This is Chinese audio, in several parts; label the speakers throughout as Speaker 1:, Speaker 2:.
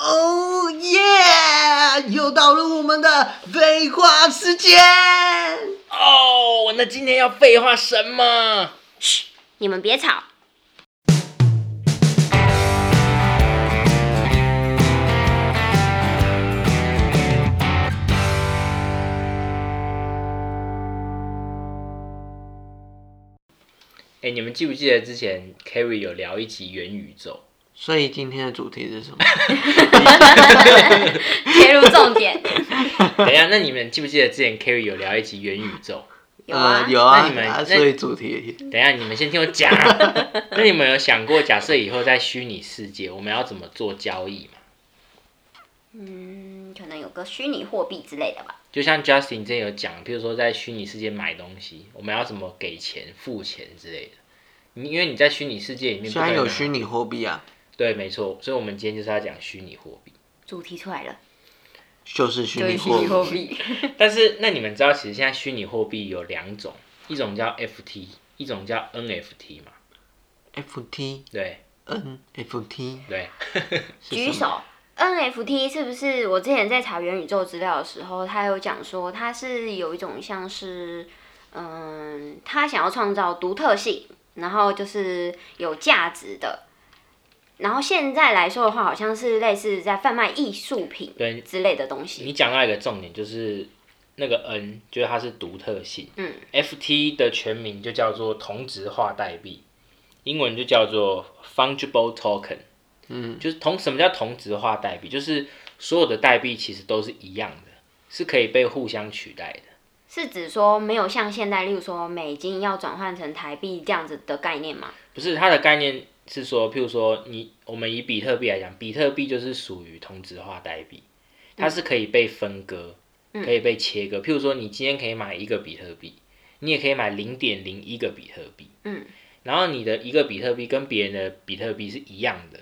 Speaker 1: Oh 又到了我们的废话时间。
Speaker 2: 哦，那今天要废话什么？
Speaker 3: 嘘，你们别 吵。
Speaker 2: 哎，你们记不记得之前 Kerry 有聊一集元宇宙？
Speaker 1: 所以今天的主题是什 么？
Speaker 3: 切入重点。
Speaker 2: 等一下，那你们记不记得之前 Kerry 有聊一集元宇宙？
Speaker 3: 有啊，
Speaker 1: 呃，有啊，
Speaker 2: 那你们
Speaker 1: 啊
Speaker 2: 那
Speaker 1: 所以主题
Speaker 2: 等一下，你们先听我讲。啊那你们有想过，假设以后在虚拟世界，我们要怎么做交易吗？
Speaker 3: 嗯，可能有个虚拟货币之类的吧。
Speaker 2: 就像 Justin 之前有讲，比如说在虚拟世界买东西，我们要怎么给钱、付钱之类的。你因为你在虚拟世界里面，
Speaker 1: 虽然有虚
Speaker 2: 拟，
Speaker 1: 拟货币啊，
Speaker 2: 对，没错，所以我们今天就是要讲虚拟货币。
Speaker 3: 主题出来了，
Speaker 1: 就是虚
Speaker 3: 就是
Speaker 1: 拟
Speaker 3: 虚拟
Speaker 1: 货
Speaker 3: 货
Speaker 1: 币。
Speaker 3: 币。
Speaker 2: 但是，那你们知道，其实现在虚拟货币有两种，一种叫 FT，一种叫 NFT 嘛？
Speaker 1: FT
Speaker 2: 对
Speaker 1: NFT
Speaker 2: 对，
Speaker 3: 举手。NFT 是不是我之前在查元宇宙资料的时候，他有讲说它是有一种像是，嗯，他想要创造独特性，然后就是有价值的。然后现在来说的话，好像是类似在贩卖艺术品
Speaker 2: 对
Speaker 3: 之类的东西。
Speaker 2: 你讲到一个重点，就是那个 N，就是它是独特性。
Speaker 3: 嗯
Speaker 2: ，FT 的全名就叫做同质化代币，英文就叫做 fungible token。嗯，就是同什么叫同质化代币？就是所有的代币其实都是一样的，是可以被互相取代的。
Speaker 3: 是指说没有像现在，例如说美金要转换成台币这样子的概念吗？
Speaker 2: 不是它的概念是说，譬如说你我们以比特币来讲，比特币就是属于同质化代币，它是可以被分割，可以被切割。譬如说你今天可以买一个比特币，你也可以买零点零一个比特币，
Speaker 3: 嗯，
Speaker 2: 然后你的一个比特币跟别人的比特币是一样的，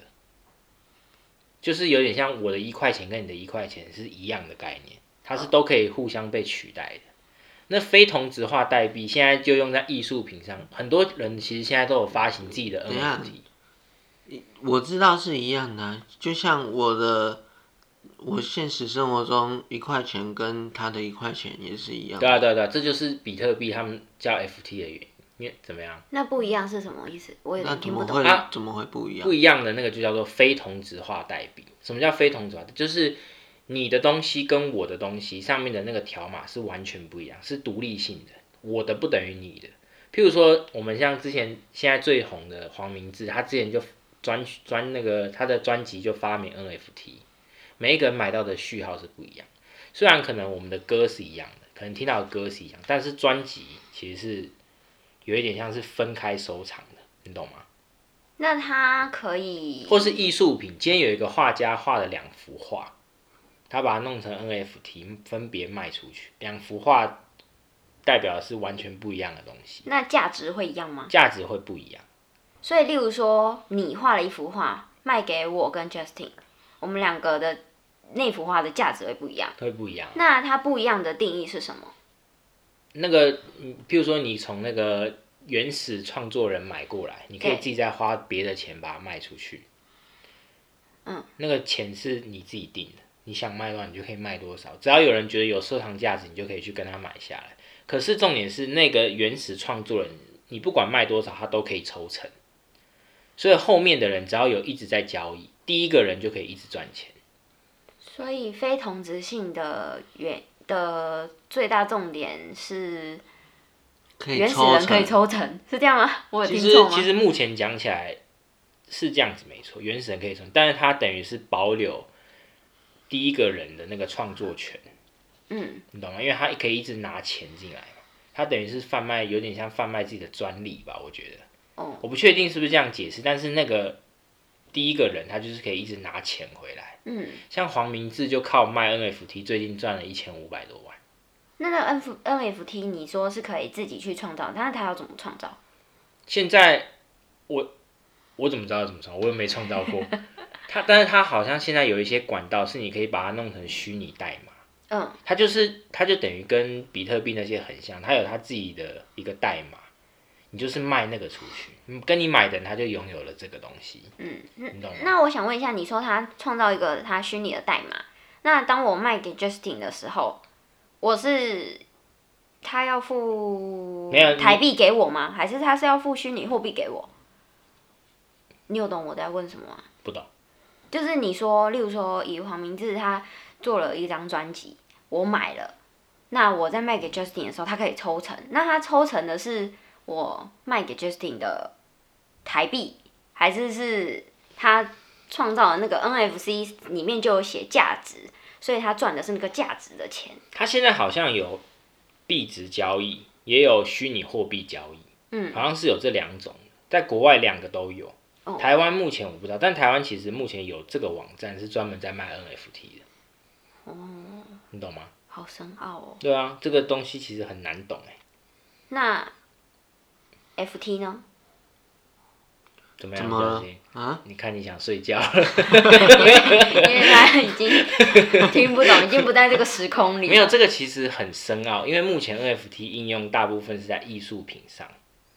Speaker 2: 就是有点像我的一块钱跟你的一块钱是一样的概念，它是都可以互相被取代的。那非同质化代币现在就用在艺术品上，很多人其实现在都有发行自己的
Speaker 1: 等一下
Speaker 2: NFT。
Speaker 1: 我知道是一样的啊、就像我的，我现实生活中一块钱跟他的一块钱也是一样
Speaker 2: 对。啊，对啊，对啊，这就是比特币他们叫 FT 的原因。你怎么样？
Speaker 3: 那不一样是什么意思？我有
Speaker 1: 那
Speaker 3: 点
Speaker 1: 怎
Speaker 3: 听不
Speaker 1: 么
Speaker 3: 懂。
Speaker 1: 会
Speaker 2: 啊
Speaker 1: 怎么会不一样
Speaker 2: 不？一样的那个就叫做非同质化代币。什么叫非同质化？就是你的东西跟我的东西上面的那个条码是完全不一样，是独立性的。我的不等于你的。譬如说，我们像之前现在最红的黄明志，他之前就专专那个他的专辑就发明 NFT，每一个人买到的序号是不一样。虽然可能我们的歌是一样的，可能听到的歌是一样，但是专辑其实是有一点像是分开收藏的，你懂吗？
Speaker 3: 那它可以
Speaker 2: 或是艺术品。今天有一个画家画了两幅画，他把它弄成 NFT，分别卖出去。两幅画代表的是完全不一样的东西，
Speaker 3: 那价值会一样吗？
Speaker 2: 价值会不一样。
Speaker 3: 所以，例如说，你画了一幅画卖给我跟 Justin，我们两个的那幅画的价值会不一样。
Speaker 2: 会不一样，
Speaker 3: 那它不一样的定义是什么？
Speaker 2: 那个，嗯譬如说你从那个原始创作人买过来，你可以
Speaker 3: 对
Speaker 2: 自己再花别的钱把它卖出去。
Speaker 3: 嗯，
Speaker 2: 那个钱是你自己定的，你想卖多少你就可以卖多少，只要有人觉得有收藏价值，你就可以去跟他买下来。可是重点是那个原始创作人，你不管卖多少，他都可以抽成。所以后面的人只要有一直在交易，第一个人就可以一直赚钱。
Speaker 3: 所以，非同质性的原的最大重点是
Speaker 1: 可以
Speaker 3: 原始
Speaker 1: 抽
Speaker 3: 人可以
Speaker 1: 成。
Speaker 3: 抽成，是这样吗？我有
Speaker 2: 其
Speaker 3: 听
Speaker 2: 实
Speaker 3: 错吗？
Speaker 2: 其实目前讲起来是这样子没错，原始人可以存，但是它等于是保留第一个人的那个创作权，
Speaker 3: 嗯，
Speaker 2: 你懂吗？因为他可以一直拿钱进来嘛，他等于是贩卖，有点像贩卖自己的专利吧，我觉得。
Speaker 3: 哦，
Speaker 2: 我不确定是不是这样解释，但是那个第一个人他就是可以一直拿钱回来，
Speaker 3: 嗯，
Speaker 2: 像黄明志就靠卖 NFT 最近赚了一千五百多万。
Speaker 3: 那那 N F N F T 你说是可以自己去创造，但是它要怎么创造？
Speaker 2: 现在我我怎么知道怎么创？我又没创造过。它，但是它好像现在有一些管道是你可以把它弄成虚拟代码。
Speaker 3: 嗯，
Speaker 2: 它就是它就等于跟比特币那些很像，它有它自己的一个代码，你就是卖那个出去，嗯跟你买的人他就拥有了这个东西。
Speaker 3: 嗯，
Speaker 2: 你懂吗？
Speaker 3: 那我想问一下，你说他创造一个他虚拟的代码，那当我卖给 Justin 的时候，我是他要付
Speaker 2: 没有你
Speaker 3: 台币给我吗？还是他是要付虚拟货币给我？你有懂我在问什么吗？
Speaker 2: 不懂。
Speaker 3: 就是你说，例如说以黄明志他做了一张专辑，我买了，那我在卖给 Justin 的时候，他可以抽成。那他抽成的是我卖给 Justin 的台币，还是是他创造的那个 NFC 里面就有写价值，所以他赚的是那个价值的钱。
Speaker 2: 它现在好像有币值交易，也有虚拟货币交易，
Speaker 3: 嗯，
Speaker 2: 好像是有这两种，在国外两个都有
Speaker 3: 哦。
Speaker 2: 台湾目前我不知道，但台湾其实目前有这个网站是专门在卖 NFT 的，
Speaker 3: 哦，
Speaker 2: 你懂吗？
Speaker 3: 好深奥哦。
Speaker 2: 对啊，这个东西其实很难懂哎、
Speaker 3: 那 FT 呢？
Speaker 2: 怎么
Speaker 1: 怎
Speaker 2: 样？
Speaker 1: 么
Speaker 2: 小
Speaker 1: 了
Speaker 2: 新？
Speaker 1: 啊？
Speaker 2: 你看你想睡觉 了，
Speaker 3: 因为他已经听不懂，已经不在这个时空里。
Speaker 2: 没有这个其实很深奥，因为目前 NFT 应用大部分是在艺术品上，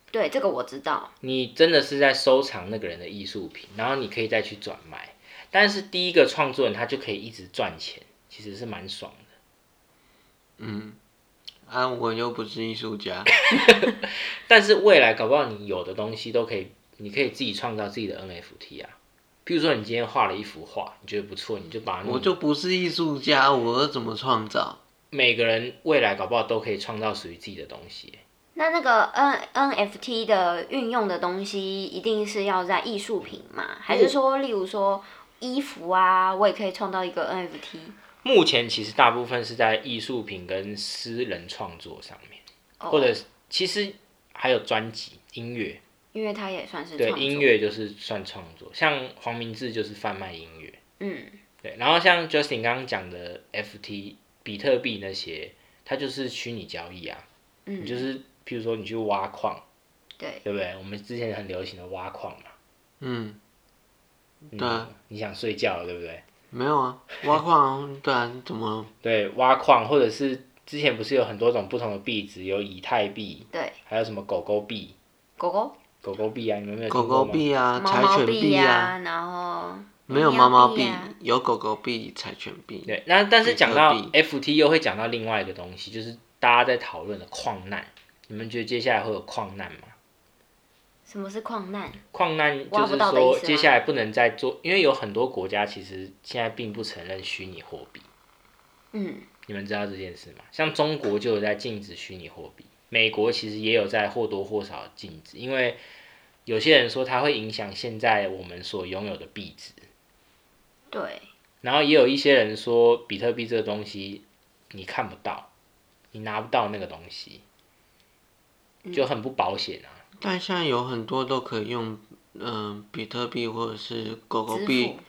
Speaker 3: 对，这个我知道。
Speaker 2: 你真的是在收藏那个人的艺术品，然后你可以再去转卖。但是第一个创作人他就可以一直赚钱，其实是蛮爽的。
Speaker 1: 嗯，啊，我又不是艺术家，
Speaker 2: 但是未来搞不好你有的东西都可以，你可以自己创造自己的 NFT 啊。譬如说你今天画了一幅画，你觉得不错，你就把它弄
Speaker 1: 我就不是艺术家，我怎么创造？
Speaker 2: 每个人未来搞不好都可以创造属于自己的东西。
Speaker 3: 那那个 N NFT 的运用的东西，一定是要在艺术品嘛？还是说，例如说衣服啊，我也可以创造一个 NFT？
Speaker 2: 目前其实大部分是在艺术品跟私人创作上面，
Speaker 3: 哦
Speaker 2: 或者是其实还有专辑音乐，
Speaker 3: 因为它也算是
Speaker 2: 对
Speaker 3: 创作
Speaker 2: 音，乐就是算创作，像黄明志就是贩卖音乐，
Speaker 3: 嗯，
Speaker 2: 对，然后像 Justin 刚刚讲的 FT 比特币那些，它就是虚拟交易啊，
Speaker 3: 嗯
Speaker 2: 你就是譬如说你去挖矿，
Speaker 3: 对，
Speaker 2: 对不对？我们之前很流行的挖矿嘛，
Speaker 1: 嗯，
Speaker 2: 嗯
Speaker 1: 对啊
Speaker 2: 你想睡觉了对不对？
Speaker 1: 没有啊，挖矿啊，对啊，怎么 了？
Speaker 2: 对，挖矿或者是之前不是有很多种不同的币值，有以太币，
Speaker 3: 对，
Speaker 2: 还有什么狗狗币，
Speaker 3: 狗狗
Speaker 2: 狗狗币啊，你们没有听
Speaker 1: 狗
Speaker 2: 过吗
Speaker 1: 狗币啊，
Speaker 3: 毛
Speaker 1: 柴
Speaker 3: 毛
Speaker 1: 犬
Speaker 3: 币
Speaker 1: 币啊，
Speaker 3: 然后
Speaker 1: 没有猫猫
Speaker 3: 币
Speaker 1: 币
Speaker 3: 啊，
Speaker 1: 有狗狗币、柴犬币。
Speaker 2: 对，那但是讲到
Speaker 1: 比特
Speaker 2: FT 又会讲到另外一个东西，就是大家在讨论的矿难。你们觉得接下来会有矿难吗？
Speaker 3: 什么是矿难？
Speaker 2: 矿难就
Speaker 3: 挖不
Speaker 2: 是
Speaker 3: 到的意思吗
Speaker 2: 说接下来不能再做，因为有很多国家其实现在并不承认虚拟货币。
Speaker 3: 嗯，
Speaker 2: 你们知道这件事吗？像中国就有在禁止虚拟货币，美国其实也有在或多或少禁止，因为有些人说它会影响现在我们所拥有的币值。
Speaker 3: 对，
Speaker 2: 然后也有一些人说，比特币这个东西你看不到，你拿不到那个东西，就很不保险啊。
Speaker 1: 但现在有很多都可以用，嗯、比特币或者是狗狗
Speaker 3: 支
Speaker 1: 币
Speaker 3: 付，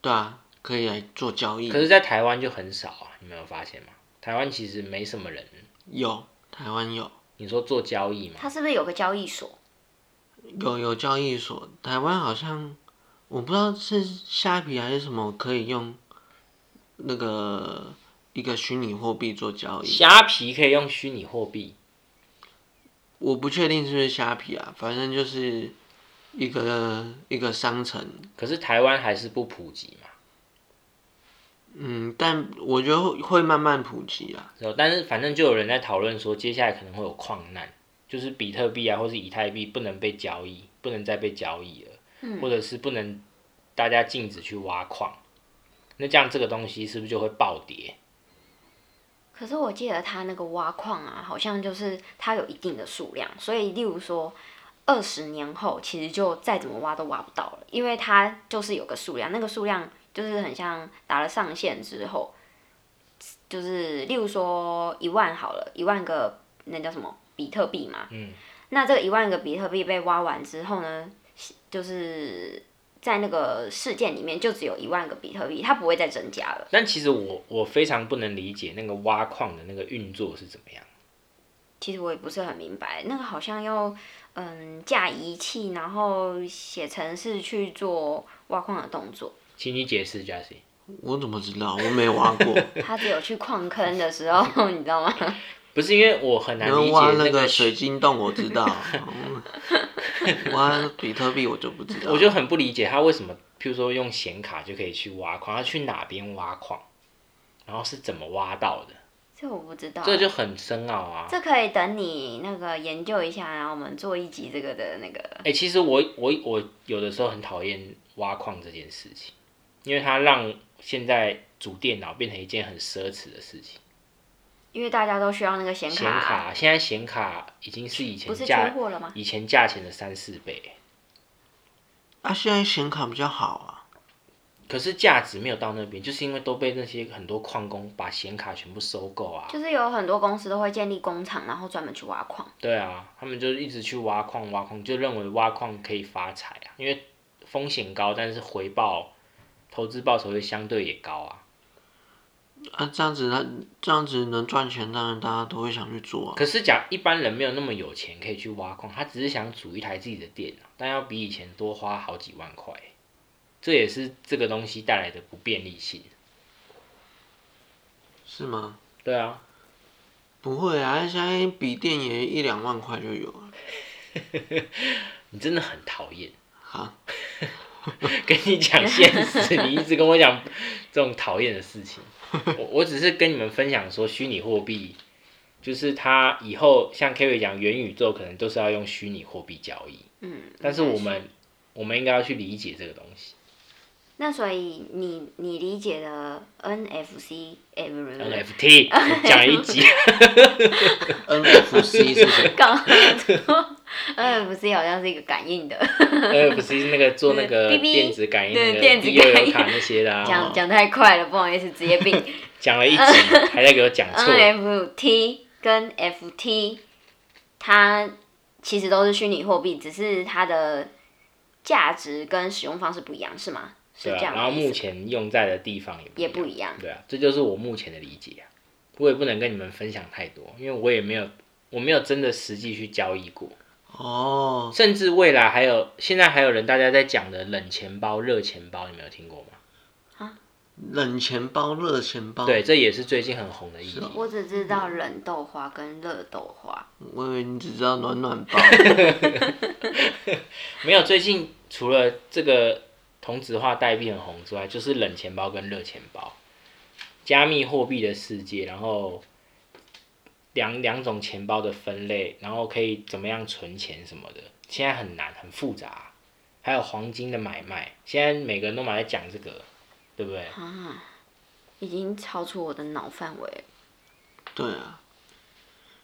Speaker 1: 对啊，可以来做交易
Speaker 2: 可。是，在台湾就很少啊，你没有发现吗？台湾其实没什么人，
Speaker 1: 有台湾有
Speaker 2: 你说做交易嘛，
Speaker 3: 它是不是有个交易所？
Speaker 1: 有有交易所，台湾好像我不知道是虾皮还是什么可以用那个一个虚拟货币做交易，
Speaker 2: 虾皮可以用虚拟货币，
Speaker 1: 我不确定是不是虾皮啊，反正就是一个一个商城，
Speaker 2: 可是台湾还是不普及嘛。
Speaker 1: 嗯，但我觉得会会慢慢普及啊。
Speaker 2: 然后，但是反正就有人在讨论说，接下来可能会有矿难，就是比特币啊，或是以太币不能被交易，不能再被交易了，
Speaker 3: 嗯
Speaker 2: 或者是不能大家禁止去挖矿，那这样这个东西是不是就会暴跌？
Speaker 3: 可是我记得它那个挖矿啊，好像就是它有一定的数量，所以例如说二十年后，其实就再怎么挖都挖不到了，因为它就是有个数量，那个数量就是很像达了上限之后，就是例如说一万好了，一万个那叫什么比特币嘛，
Speaker 2: 嗯，
Speaker 3: 那这个一万个比特币被挖完之后呢，就是在那个事件里面就只有一万个比特币，它不会再增加了。
Speaker 2: 但其实我我非常不能理解那个挖矿的那个运作是怎么样。
Speaker 3: 其实我也不是很明白，那个好像要嗯架仪器，然后写程式去做挖矿的动作。
Speaker 2: 请你解释 j e s s
Speaker 1: 我怎么知道？我没挖过，
Speaker 3: 他只有去矿坑的时候， 你知道吗？
Speaker 2: 不是因为我很难
Speaker 1: 然
Speaker 2: 理
Speaker 1: 后
Speaker 2: 解
Speaker 1: 挖那
Speaker 2: 个
Speaker 1: 个水晶洞我知道， 嗯挖比特币我就不知道。
Speaker 2: 我就很不理解他为什么，譬如说用显卡就可以去挖矿，他去哪边挖矿？然后是怎么挖到的，
Speaker 3: 这我不知道，
Speaker 2: 这就很深奥
Speaker 3: 啊
Speaker 2: 啊。
Speaker 3: 这可以等你那个研究一下，然后我们做一集这个的那个。
Speaker 2: 哎、其实我我我有的时候很讨厌挖矿这件事情，因为它让现在组电脑变成一件很奢侈的事情。
Speaker 3: 因为大家都需要那个显
Speaker 2: 显卡现在显卡已经是以前
Speaker 3: 不是缺
Speaker 2: 价
Speaker 3: 货了吗？
Speaker 2: 以前价钱的三四倍，
Speaker 1: 啊，现在显卡比较好啊，
Speaker 2: 可是价值没有到那边，就是因为都被那些很多矿工把显卡全部收购啊。
Speaker 3: 就是有很多公司都会建立工厂，然后专门去挖矿。
Speaker 2: 对啊，他们就一直去挖矿，挖矿就认为挖矿可以发财啊，因为风险高，但是回报投资报酬率相对也高啊。
Speaker 1: 啊，这样子那这样子能赚钱，当然大家都会想去做啊。
Speaker 2: 可是讲一般人没有那么有钱可以去挖矿，他只是想组一台自己的电脑，但要比以前多花好几万块，这也是这个东西带来的不便利性。
Speaker 1: 是吗？
Speaker 2: 对啊，
Speaker 1: 不会啊，现在笔电也一两万块就有了。
Speaker 2: 你真的很讨厌，
Speaker 1: 好，
Speaker 2: 跟你讲现实，你一直跟我讲这种讨厌的事情。我我只是跟你们分享说，虚拟货币就是它以后像 Kerry 讲元宇宙，可能都是要用虚拟货币交易，
Speaker 3: 嗯，
Speaker 2: 但是我
Speaker 3: 应该
Speaker 2: 们我们应该要去理解这个东西。
Speaker 3: 那所以你你理解的 NFC 哎不是不是
Speaker 2: NFT 讲了一集，
Speaker 1: NFC 是什么？
Speaker 3: 刚 NFC 好呃像是一个感应的，
Speaker 2: 呃，不是那个做那个
Speaker 3: 哔哔
Speaker 2: 电子感应
Speaker 3: 对
Speaker 2: 那个
Speaker 3: 电子
Speaker 2: D
Speaker 3: 感
Speaker 2: O
Speaker 3: 应
Speaker 2: 卡那些的、
Speaker 3: 讲
Speaker 2: 啊，
Speaker 3: 讲太快了，不好意思，职业 病。
Speaker 2: 讲 了一集，还在给我讲错。
Speaker 3: NFT 跟 FT，它其实都是虚拟货币，只是它的价值跟使用方式不一样，是吗？是
Speaker 2: 对
Speaker 3: 这
Speaker 2: 啊，
Speaker 3: 样
Speaker 2: 然后
Speaker 3: 的意
Speaker 2: 目
Speaker 3: 思。
Speaker 2: 前用在的地方也
Speaker 3: 也不
Speaker 2: 一样。
Speaker 3: 一样，
Speaker 2: 对啊，这就是我目前的理解啊。我也不能跟你们分享太多，因为我也没有，我没有真的实际去交易过。
Speaker 1: 哦，
Speaker 2: 甚至未来还有，现在还有人大家在讲的冷钱包、热钱包，你们有听过吗？
Speaker 1: 冷钱包、热钱包。
Speaker 2: 对，，这也是最近很红的议题
Speaker 1: 哦是。哦
Speaker 3: 我只知道冷豆花跟热豆花，
Speaker 1: 我以为你只知道暖暖包。
Speaker 2: 没有，最近除了这个同质化代币很红之外，就是冷钱包跟热钱包，加密货币的世界，然后两两种钱包的分类，然后可以怎么样存钱什么的，现在很难，很复杂、还有黄金的买卖，现在每个人都蛮在讲这个，对不对？
Speaker 3: 啊，已经超出我的脑范围了。
Speaker 1: 对啊，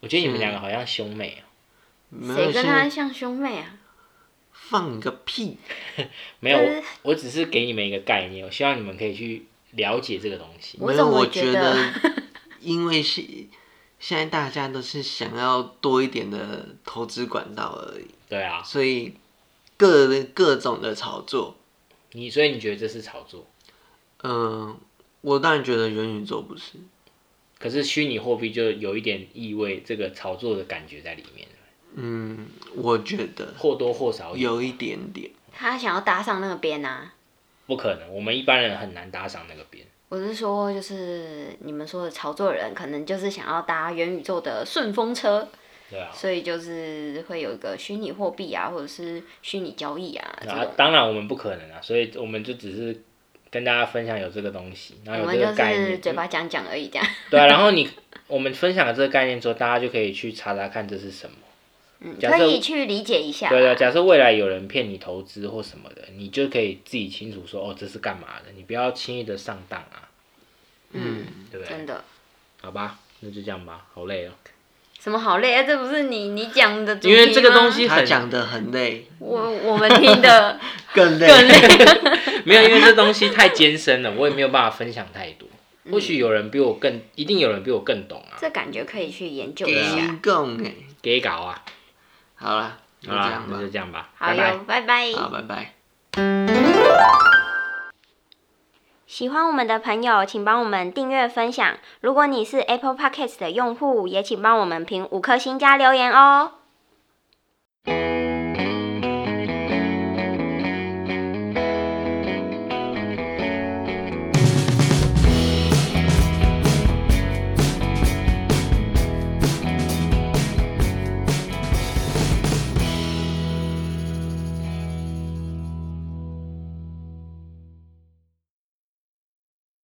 Speaker 2: 我觉得你们两个好像兄妹、哦，
Speaker 1: 没有
Speaker 3: 谁跟他
Speaker 1: 现在
Speaker 3: 像兄妹啊？
Speaker 1: 放你个屁！
Speaker 2: 没有，
Speaker 3: 但
Speaker 2: 我我只是给你们一个概念，我希望你们可以去了解这个东西。
Speaker 3: 我
Speaker 1: 没
Speaker 3: 怎
Speaker 1: 有，
Speaker 3: 么
Speaker 1: 我
Speaker 3: 觉
Speaker 1: 觉
Speaker 3: 得
Speaker 1: 得， 因为现现在大家都是想要多一点的投资管道而已，
Speaker 2: 对啊，
Speaker 1: 所以各各种的炒作，
Speaker 2: 你所以你觉得这是炒作？
Speaker 1: 嗯、我当然觉得元宇宙不是，
Speaker 2: 可是虚拟货币就有一点意味这个炒作的感觉在里面，
Speaker 1: 嗯，我觉得
Speaker 2: 或多或少有。
Speaker 1: 有一点点，
Speaker 3: 他想要搭上那个边啊。
Speaker 2: 不可能，我们一般人很难搭上那个边。
Speaker 3: 我是说，就是你们说的炒作人，可能就是想要搭元宇宙的顺风车，
Speaker 2: 对啊，
Speaker 3: 所以就是会有一个虚拟货币啊，或者是虚拟交易啊这
Speaker 2: 啊
Speaker 3: 种。，
Speaker 2: 当然我们不可能啊，所以我们就只是跟大家分享有这个东西，然
Speaker 3: 我
Speaker 2: 后
Speaker 3: 们
Speaker 2: 有这
Speaker 3: 就
Speaker 2: 个概
Speaker 3: 是
Speaker 2: 念，嗯
Speaker 3: 嘴巴讲讲而已，这样。
Speaker 2: 对啊，然后你我们分享了这个概念之后，大家就可以去查查看这是什么。
Speaker 3: 嗯，
Speaker 2: 假设
Speaker 3: 可以去理解一下。
Speaker 2: 对啊，假设未来有人骗你投资或什么的，你就可以自己清楚说哦，这是干嘛的，你不要轻易的上当啊，
Speaker 1: 嗯，
Speaker 2: 对不对
Speaker 3: 真？的，
Speaker 2: 好吧，那就这样吧，好累哦。
Speaker 3: 什么好累啊？这不是你你讲的主题
Speaker 2: 因为这个
Speaker 3: 吗
Speaker 2: 东西
Speaker 1: 他
Speaker 2: 很
Speaker 1: 讲的很累，
Speaker 3: 我我们听的
Speaker 1: 更累，
Speaker 3: 更累。
Speaker 2: 没有，因为这东西太艰深了，我也没有办法分享太多。或许有人比我更，一定有人比我更懂啊，
Speaker 3: 这感觉可以去研究一下。
Speaker 1: 一共哎，
Speaker 2: 给搞啊，
Speaker 1: 好啦，就
Speaker 2: 好
Speaker 1: 这
Speaker 2: 啦，
Speaker 1: 样
Speaker 2: 那
Speaker 1: 吧
Speaker 2: 就，这样吧，
Speaker 3: 好
Speaker 2: 拜拜。
Speaker 3: 哟，拜拜。
Speaker 1: 好，拜拜。
Speaker 3: 喜欢我们的朋友，请帮我们订阅分享。如果你是 Apple Podcast 的用户，也请帮我们评五颗星加留言哦。